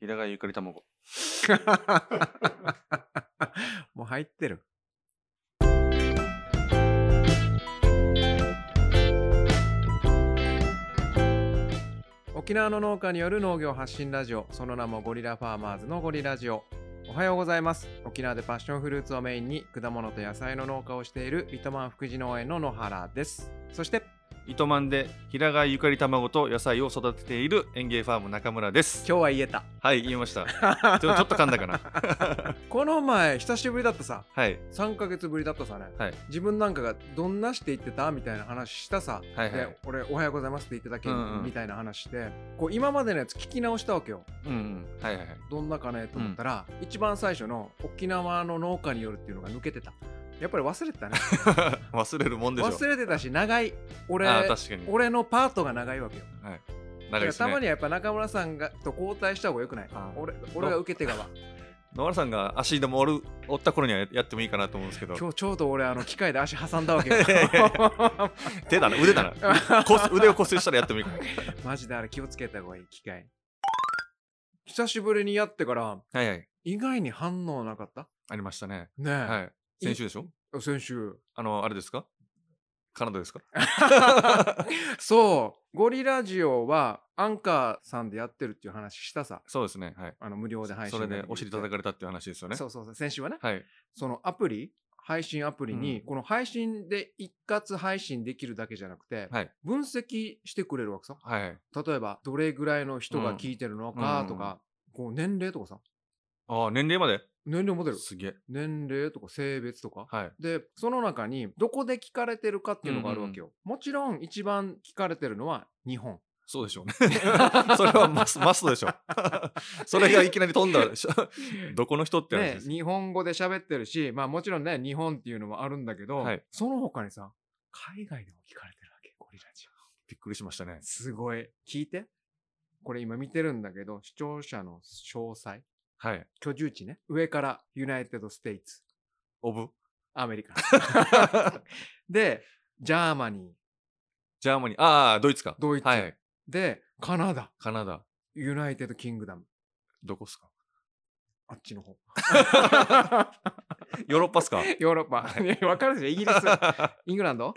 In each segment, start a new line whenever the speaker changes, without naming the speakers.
平賀ゆかり卵。
もう入ってる。沖縄の農家による農業発信ラジオ、その名もゴリラファーマーズのゴリラジオ。おはようございます。沖縄でパッションフルーツをメインに果物と野菜の農家をしているビトマン福祉農園の野原です。そして、
糸満で平賀ゆかり卵と野菜を育てている園芸ファーム中村です。
今日は言えた。
はい、言えま した。ちょちょっと噛んだかな。
この前、久しぶりだったさ。
はい、
3ヶ月ぶりだったさね、
はい
自分なんかがどんなして言ってたみたいな話したさ、
はいはい
で俺おはようございますって言ってたけ、
うんうん
みたいな話してこう今までのやつ聞き直したわけよ
うん、うん、はいはいはい。
どんなかねと思ったら、一番最初の沖縄の農家によるっていうのが抜けてたやっぱり忘れて たね
忘れるもんでしょ。
忘れてたし長い俺
ああ、確かに。
俺のパートが長いわけよ
はい。長いで
だ
す
からたま
ね。
にはやっぱ中村さんがと交代した方がよくない
あー
俺俺が受けて側
野原さんが足でもおるおった頃にはやってもいいかなと思うんですけど。
今日ちょうど俺あの機械で足挟んだ わけよ
手だな、腕だ な。骨腕を骨折したらやってもいいかな。
マジであれ気をつけた方がいい機械。久しぶりにやってから
はいはい。
意外に反応なかった
ありましたね。
ねえ、
はい。先週でしょ
先週
あの、あれですかカナダですか
そうゴリラジオはアンカーさんでやってるっていう話したさ
そうですね。はい。
あの無料で配信
それでお尻叩
く
かれたっていう話ですよね。
そうそうそう先週はね
はい。
そのアプリ配信アプリに、
う
この配信で一括配信できるだけじゃなくて、
はい
分析してくれるわけさ
はい。
例えばどれぐらいの人が聞いてるのかとか、こう年齢とかさ
ああ、年齢まで
年齢モデル
すげえ。
年齢とか性別とか、
はい。
でその中にどこで聞かれてるかっていうのがあるわけよ、もちろん一番聞かれてるのは日本
そうでしょう ね。それはマスマストでしょ。それがいきなり飛んだ。し ょどこの人って話
ね
です。
日本語で喋ってるしまあもちろんね日本っていうのもあるんだけど、
はい
その他にさ海外でも聞かれてるわけゴリラジオ
びっくりしましたね。
すごい聞いてこれ今見てるんだけど視聴者の詳細
はい。
居住地ね上からユナイテッド・ステイツ
オブ。
アメリカでジャーマニー
ジャーマニー。ああ、ドイツか。
ドイツ
はい。
でカナダ
カナダ。
ユナイテッド・キングダム
どこっす か
あっちの方
ヨーロッパっすか
ヨーロッパ。いやわかるでしょイギリ ス、
は
イングランド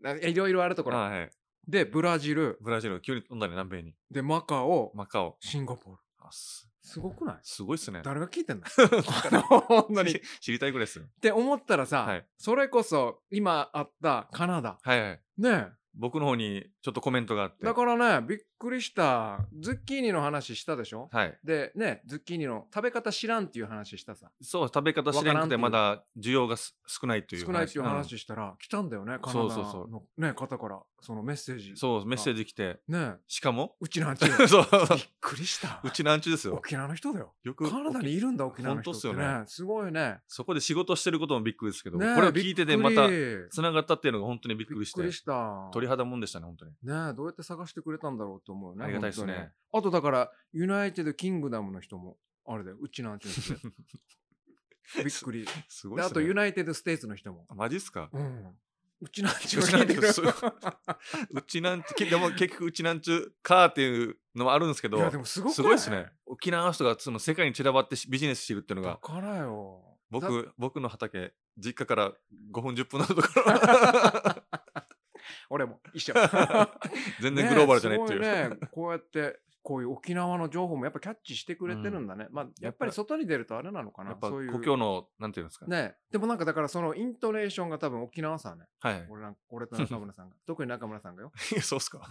ないろいろあるところ。
い。
で、ブラジル、
ブラジル、急に飛んだね、南米に。
で、マカオ、
マカオ。
シンガポール。
あす
すごくない
すごいっすね。
誰が聞 いてんの本当に。っ
知知りたいぐらいっす。
て思ったらさ、
はい
それこそ今あったカナダ。
はいはい。
ね
僕の方にちょっとコメントがあっ
え
て。
だからね、びっくりした。ズッキーニの話したでしょ
はい。
で、ね、ズッキーニの食べ方知らんっていう話したさ。
そう、食べ方知れなくて、
わ
ま
か
だ需要がす少ないという話。
少ないっていう
う
話したら、来たんだよね、カナダの
そうそう
ね、方から、そのメッセージ。
んそう、メッセージ来て、
ねえ
しかも、
うちのアンチ
そ
よ
う そう
びっくりした。
うちなんちゅですよ。
沖縄の人だよ。
よく
カナダにいるんだ、沖縄の人って
本当っすよ
ね。すごいね。
そこで仕事してることもびっくりですけど、
ね
これを聞いてて、また
びっく
繋がったっていうのが本当にびっ
り
くりして
びっく、りした。
鳥肌もんでしたね、本当に。
ねえどうやって探してくれたんだろうと思うよね。
ありがたいっすね
本当に。あとだから、ユナイテッド・キングダムの人も、あれだよ、うちなんていうの人だ よびっくり。
すごい
で
っすね。
あと、ユナイテッド・ステイツの人も。
マジっすか
うん。うちなんちゅうの聞いてる。
うちなんちゅうちなんちゅ、でも結局うちなんちゅかっていうのもあるんですけど
い、や、でもすごくな
すごいですね。。沖縄の人がその世界に散らばってしビジネスしてるっていうの
だ
が、
からよ。だ
僕、僕の畑、実家から5分10分のとこ ろ、
俺も一 緒。
全然グローバルじゃないっていう。
ねえすごいね、こうやって、こういう沖縄の情報もやっぱキャッチしてくれてるんだね。まあ、やっぱり外に出るとあれなのか
や
な
っ。ぱ
そういう。
故郷の、なんていうんですか。
ねえでもなんかだからそのイントネーションが多分沖縄さね。
はい。
俺なんか俺と中村さんが。 特に中村さんがよ。
いやそうっす か。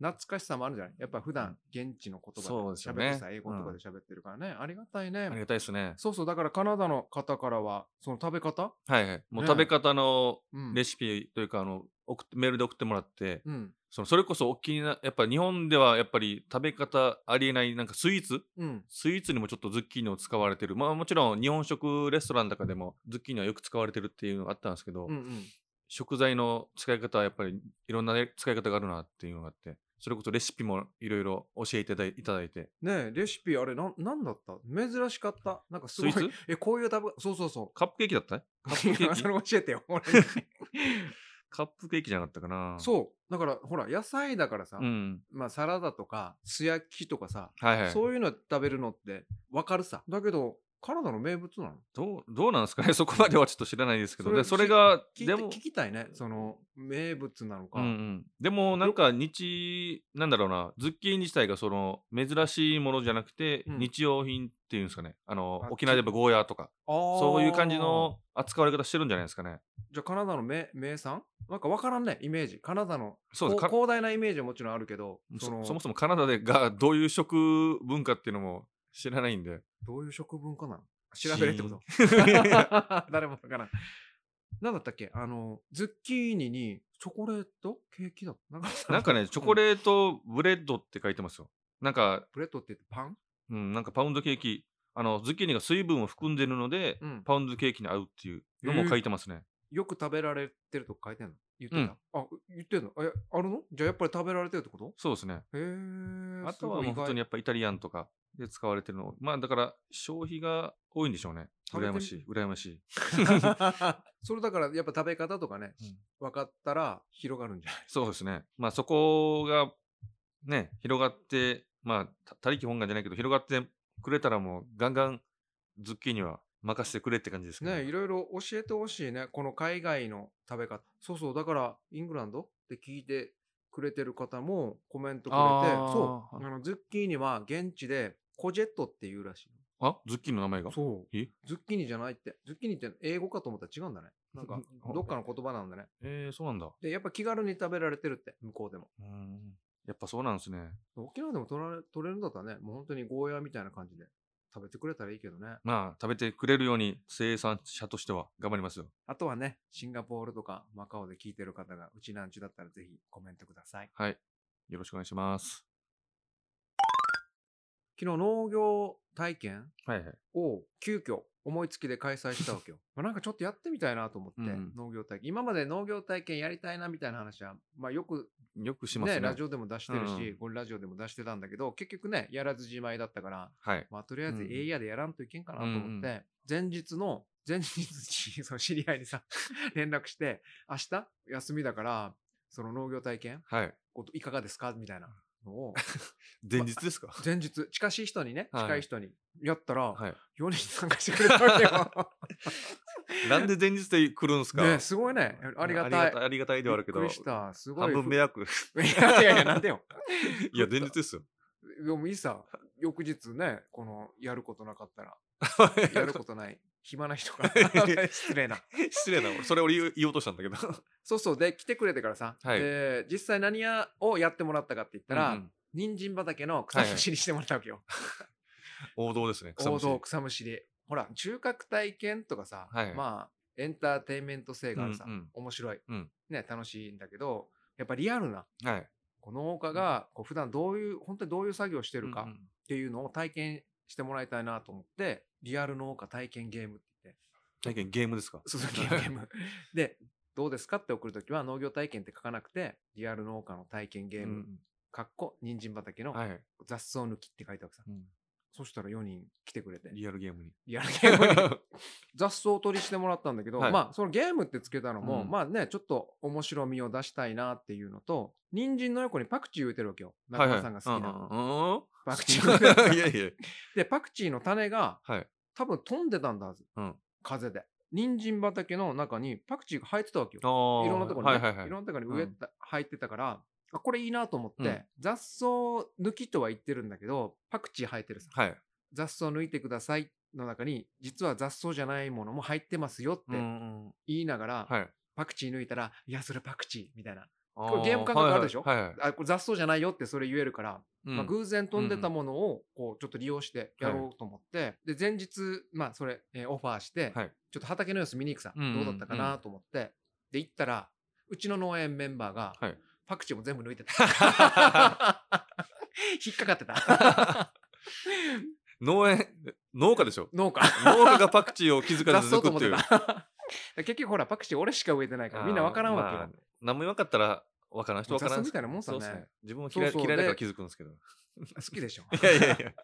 懐かしさもあるんじゃないやっぱ普段現地の言
そ
葉
うです
で
よ
喋
ね
ってさ、英語とかで喋ってるからね。ありがたいね
あ。りがたいですね。
そうそう、だからカナダの方からは、その食べ方
はいはい。もう
ね
食べ方の
うん。
レシピというか、あの、送ってメールで送ってもらって、
うん。
そのそれこそ大きな、やっぱ日本ではやっぱり食べ方ありえない、なんかスイーツ
うん。
スイーツにもちょっとズッキーニを使われてる。まあもちろん日本食レストランとかでもズッキーニはよく使われてるっていうのがあったんですけど、
うんうん。
食材の使い方はやっぱりいろんなね使い方があるなっていうのがあって、それこそレシピもいろいろ教えていただいいただいて、
ねえ、レシピあれなん、なんだった珍しかった。なんかす
ス
ご
イ
い
ー。ツ
え、こういう食べ、そうそうそう。
カップケーキだったね
それ教えてよ。俺
カップケーキじゃなかったかな。
そうだからほら野菜だからさ、
うん。
まあ、サラダとか素焼きとかさ、
はいはい。
そういうの食べるのって分かるさだけどカナダの名物なの
どう、どうなんですかね そこまではちょっと知らないですけど。
それ
でそれが、
聞いて
でも
聞、きたいねその名物なのか、
うんうん、でもなんか日なんだろうなズッキーニ自体がその珍しいものじゃなくて
うん
日用品っていうんですかね、あの
あ
沖縄で言えばゴーヤーとか
あー
そういう感じの扱われ方してるんじゃないですかね
じゃあカナダの名名産なんか分からんねイメージカナダの
そうです
こ
か
う広大なイメージはもちろんあるけど
そ
の
そもそもカナダでがどういう食文化っていうのも知らないん で
どういう食文化なの調べれってこと 誰もわからん。何だったっけあの、ズッキーニにチョコレートケーキだった。なんか
なんかねチョコ
ート、
レートブレッドって書いてますよなんか、
ブレッドって言ってパン
うん、なんかパウンドケーキあのズッキーニが水分を含んでるので、
うん
パウンドケーキに合うっていうのも書いてますね、
よく食べられてるとか書いてんの言ってた、あ、言ってんのえ、あるのじゃあやっぱり食べられてるってこと
そうですね
へえ。
あとはもう本当にやっぱイタリアンとかで使われてるの。まあだから消費が多いんでしょうね。
食べ
羨
てみ
ましい、羨ましい。
すごい 意外それだからやっぱ食べ方とかね、
うん
分かったら広がるんじゃない
そうですね。まあそこがね、広がって、まあ、たりき本願じゃないけど、広がってくれたらもうガンガンズッキーニは任せてくれって感じですけど
ね、いろいろ教えてほしいね。この海外の食べ方。そうそう。だから、イングランドって聞いてくれてる方もコメントくれて、
あー
そう。あの、ズッキーニは現地でコジェットっていうらしい。
あ、ズッキーニの名前が。
そう
え
ズッキーニじゃないって。ズッキーニって英語かと思ったら違うんだね。な んか、どっかの言葉なんだね。
えー、そうなんだ。
で、やっぱ気軽に食べられてるって、向こうでも。
うん。やっぱそうなんですね。
沖縄でも取られ取れるんだったらね、もう本当にゴーヤーみたいな感じで食べてくれたらいいけどね。
まあ食べてくれるように生産者としては頑張りますよ。
あとはね、シンガポールとかマカオで聞いてる方がうちなんちゅだったらぜひコメントください。
はい。よろしくお願いします。
昨日農業体験
はいはい。
を急遽思いつきで開催したわ けよ。まあなんかちょっとやってみたいなと思って、
うん
農業体験。今まで農業体験やりたいなみたいな話は、まあよく
よくし
ね
ますね。
ラジオでも出してるし、
うんうん
ゴリラジオでも出してたんだけど、結局ね、やらずじまいだったから、
はい。
まあとりあえず
うん
A やでやらんといけんかなと思って、
うんうん
前日の、前日に その知り合いにさ、連絡して、明日休みだから、その農業体験、
はい。
こういかがですかみたいなのを、
前日ですか
前日、近しい人にね、
はい
近い人にやったら、
はい。
4人参加してくれた わ
なんで前日で来るんです
け
か
よ。ねすごいね。ありがたい。
ありがたいではあるけど
びっくりした。すご
半
い。
分迷 惑
いやいやいや、なんでよ。
いや前日ですよ
でもいいさ、翌日ね、この、やることな かったら、やることない、暇な人が、失礼な。
失礼な俺それ俺言う言おうとしたんだけど
そうそう、で、来てくれてからさ、
はい
で実際何屋をやってもらったかって言ったら、
うんうん
人参畑の草むしりしてもらったわけよ。
王道ですね 草
王
むしり
道草むしり。ほら、中核体験とかさ、
はい
まあ、エンターテインメント性があるさ、
うんうん
面白い、
うん
ね、楽しいんだけど、やっぱリアルな、
はい
この農家がこう普段どういう、本当にどういう作業してるか
う
っ
ん
ていうのを体験してもらいたいなと思って、リアル農家体験ゲームって言って、
最近ゲームですか
鈴木ゲーム。 で、どうですかって送るときは農業体験って書かなくて、リアル農家の体験ゲー
う
ム、
ん
かっこ、人参畑の
はい
雑草抜きって書いてあるさ。
うん
そしたら4人来てくれて、
リアルゲームに
リアルゲー ムに雑草を取りしてもらったんだけど、
はい
まあそのゲームってつけたのも、
うん
まあねちょっと面白みを出したいなっていうのと人参の横にパクチー植えてるわけよ中
はいは
田
い
さんが好きな、
うんうん
パクチ ー
いやいや
でパクチーの種が
はい
多分飛んでたんだはず、
うん
風で人参畑の中にパクチーが生えてたわけよ
あー
いろんなところに、ね、
はいはいはいい
ろんなところに植えた、生えてたからあこれいいなと思って、
うん
雑草抜きとは言ってるんだけどパクチー生えてるさ
はい
雑草抜いてくださいの中に実は雑草じゃないものも入ってますよって
うんうん
言いながら、
はい
パクチー抜いたら、いや、それパクチーみたいな。
あ
これゲーム感覚あるでしょ
はいはいはいはい
あ、これ雑草じゃないよってそれ言えるから、
うん
まあ、偶然飛んでたものを、こう、ちょっと利用してやろうと思って、で、前日、まあ、それ、えーオファーして、
はい
ちょっと畑の様子見に行くさ、
うんうん
どうだったかなと思って、で、行ったら、うちの農園メンバーが、
はい
パクチーも全部抜 いてた。引っかかっ てた。
農園農家でしょ
農家。
農家がパクチーを気づか
雑
ず
草
抜
と
く
思
っ
って
い
て
う
た。結局ほら、パクチー俺しか植えてないから、みんなわからんわけよ。
あーまあ何も分かったらわからん人わから
雑
ん
草みたいなもんさね
そうっす自分も
そう
嫌い
そう
嫌いだから
で
気づくんです けど。い
好きでしょ。
やいやいや。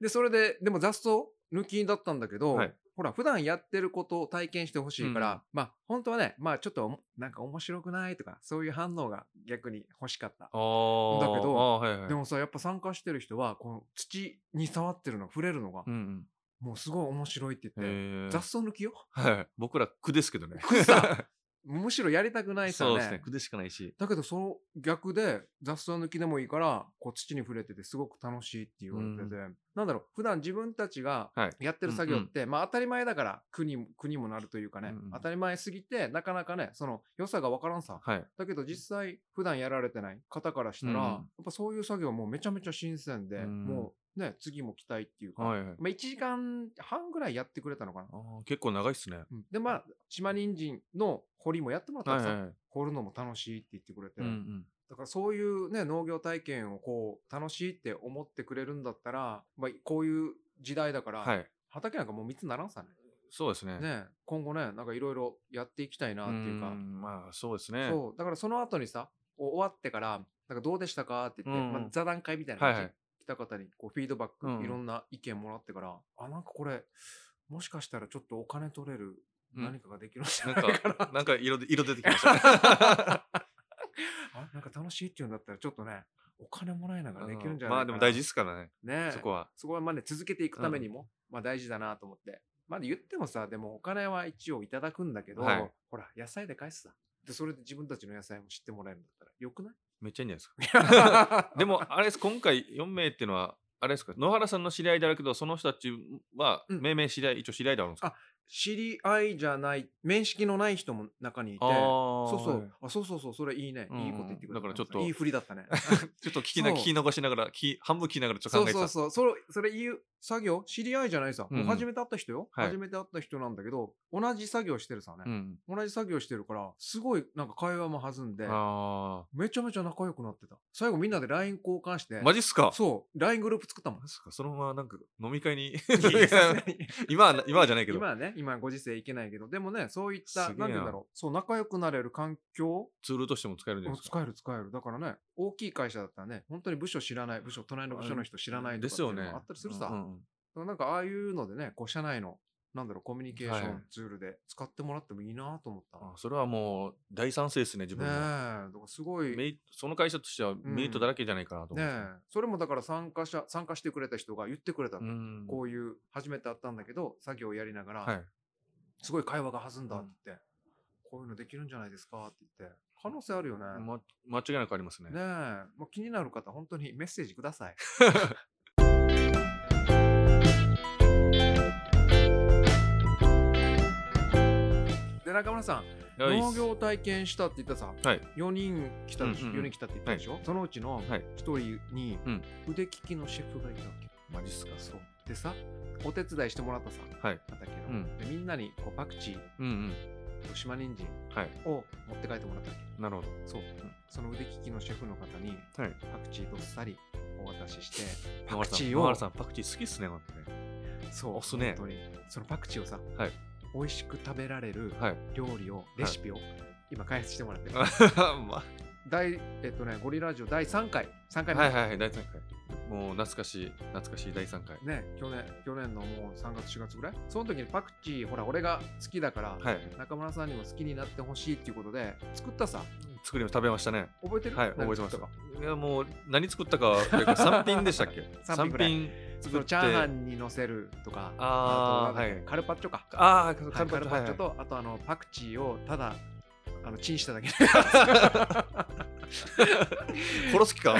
で、それで、でも雑草抜きだったんだけど、
はい
ほら、普段やってることを体験してほしいから、
うん
まあ、本当はね、まあ、ちょっとおも、なんか面白くないとか、そういう反応が逆に欲しかった
あ。ー
だけど
あー、はいはい。
でもさ、やっぱ参加してる人は、この土に触ってるの、触れるのが
う、ん
もうすごい面白いって
うん、
言って、
へー
雑草抜きよ。
はい。僕ら苦ですけどね。
苦 さむしろやりたくないさ
そうですね。
ね。
苦でしかないし。
だけど、その逆で、雑草抜きでもいいから、こう土に触れててすごく楽しいって言われてて、なんだろう、普段自分たちが
はい。
やってる作業って、まあ当たり前だから苦にも苦にもなるというかね、
うんうん
当たり前すぎてなかなかねその良さが分からんさ
はい。
だけど実際普段やられてない方からしたら、
うんうん
やっぱそういう作業もめちゃめちゃ新鮮で、
うん
もうね次も期待っていうか、
はいはい
まあ、1時間半ぐらいやってくれたのかな、
あー結構長いっすね。
うんでまあ島人参の掘りもやってもらった
は
ら
い
さ、
はいはい。
掘るのも楽しいって言ってくれて、
うんうん
だからそういうね農業体験をこう楽しいって思ってくれるんだったら、まあ、こういう時代だから、
はい。
畑なんかもう3つならんさね
そうですね。
ね、今後ね、なんかいろいろやっていきたいなっていうか
ー、んまあ、そうですね。
そう、だからその後にさ、お終わってから、なんかどうでしたかって言って、
うんうん
まあ、座談会みたいな感じ
はい
で
はい
来た方にこうフィードバック、
うん
いろんな意見もらってから、あ、なんかこれ、もしかしたらちょっとお金取れる
うん
何かができるんじゃ
な
なんい
か
か な。
なんか色で色出てきま した。
あなんか楽しいっていうんだったらちょっとね、お金もらいながらできるんじゃ
ま
な
あ
いか
で
な。
も大事ですからね、
ね。
そこは。
そこはまあね、続けていくためにも、まあ大事だなと思って。まあ言ってもさ、でもお金は一応いただくんだけど、
はい
ほら、野菜で返すさ。で、それで自分たちの野菜も知ってもらえるんだったら、よくない
めっちゃいいんじゃないですか。 でも、あれです、今回4名っていうのは、あれですか、野原さんの知り合いであるけど、その人たちは、
うん
命名知り合い、一応知り合いであるんですか
知り合いじゃない、面識のない人も中にいて、
そ
そうそう、あ、そうそうそう、それいいね。
うん
いいこと言ってくれた。
だからちょっと
いい振りだっ たね。
ちょっと聞きな
そう
聞き逃しながら、聞き半分聞きながらちょっと
そ
考
う
えてた。
そうそう、それ、それ言う作業、知り合いじゃないさ。
うん
もう初めて会った人よ。
はい
初めて会った人なんだけど、同じ作業してるさね。
うん、
同じ作業してるから、すごいなんか会話も弾んで、
あ
めちゃめちゃ仲良くなってた。最後みんなで LINE 交換して
あ、。マジっすか
そう、LINE グループ作ったもん
マ。ジっすかそのままなんか飲み会に
今
今はな今はじゃないけど
はね、 今ご時世いけないけど、でもね、そういった、
すげ
なん
え
て
な
言うんだろう、そう、仲良くなれる環境
ツールとしても使えるんじゃ
を
ないですか
使える使える。だからね、大きい会社だったらね、本当に部署知らない、部署、隣の部署の人知らないとか
ですよ
っていう
ね
のもあったりするさ。
う
だか
んうん
らなんかああいうのでね、こう、社内の、なんだろう、コミュニケーショ
はい
ンツールで使ってもらってもいいなと思った。
あそれはもう大賛成ですね自
ねえ、
分
だ
も、
からすごい。
メリその会社としてはメリットだらけじゃないかなと思っ
ねえそれもだから参加者、参加してくれた人が言ってくれたの
て、うん
こういう、初めて会ったんだけど、作業をやりながら、
はい、
すごい会話が弾んだって言って、こういうのできるんじゃないですかって言って、可能性あるよね。ね
ま、間違いなくありますね
え、まあ、気になる方、本当にメッセージくだ さい。で、中村さん、
よいっ
農
す
業体験したって言ったさ、
はい
4人来たでしょ、
うんうんうん
4人来たって言ったでしょ、そのうちの
はい
1人に
うん
腕利きのシェフがいたわけ。
マジっすか
そうでさ、お手伝いしてもらったさ、
はい
畑の、
うん
でみんなにこうパクチー
うん
と島人参
うんはい
を持って帰ってもらったわけ。
なるほど
そう、その腕利きのシェフの方に
はい
パクチーどっさりお渡しして、
野
パ
原
ク
さん
チー
野
を
原、さんパクチー好きっすねなんてね
そう、
押すね
本当にそのパクチーをさ、
はい
美味しく食べられる
はい
料理を、レシピを、今開発しても らってる。
ま
第、えっとね、ゴリラジオ第3回、3
あ
回目、
はいはいはい第3回もう懐かしい懐かしい第3回
ね、去年、去年のもう3月、4月ぐらいその時にパクチー、ほら、俺が好きだから、
はい
中村さんにも好きになってほしいっていうことで、作ったさ、
作りを食べましたね
覚えてる
はい覚えてます
何作っ
いやもう何作ったかというか3品でしたっけ
三
三
品ぐらい
品
たかそ
作っ
の
て
チャーハンに乗せるとか、
あー
となんだっけ
はい
カルパッチョか。
ああカ
カルパ
ルパ
ッ
ッ
チ
チ
ョ
ョと
と、あとあのパクチーをただあのチンした だけ
殺す気か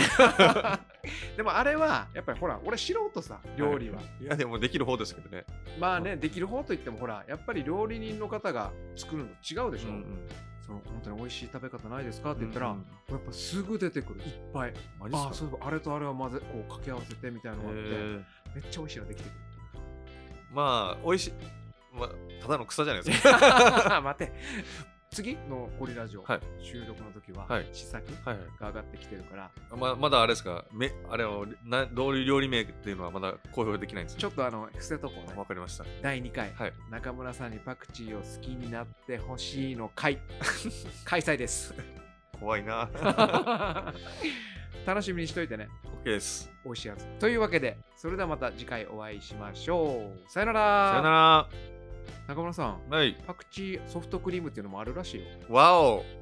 でもあれはやっぱりほら俺素人さ 料理は、
いやでもできる方ですけどね
まあねできる方といってもほらやっぱり料理人の方が作るの違うでしょ、
うんうん
その本当に美味しい食べ方ないですかって言ったら、
うんうん
やっぱすぐ出てくるいっぱい
マジっす
あ
か
あそういえばあれとあれを混ぜこう掛け合わせてみたいなのがあって、
え
めっちゃ美味しいのできてくる
ーまあ美味しい、まあ、ただの草じゃないですか
待て次のゴリラジオ、
はい
収録の時は
はい
試作
はい、はい
が上がってきてるから、
ままだあれですかめあれをな料理料理名っていうのはまだ公表できないんですね
ちょっとあの伏せとこうね
わかりました
第2回、
はい
中村さんにパクチーを好きになってほしいの会開催です
怖い な。
楽しみにしといてね
OK です。
美味しいやつというわけでそれではまた次回お会いしましょうさよなら
さよな
中村さん
ら。はい。
パクチーソフトクリームっていうのもあるらしいよ
わお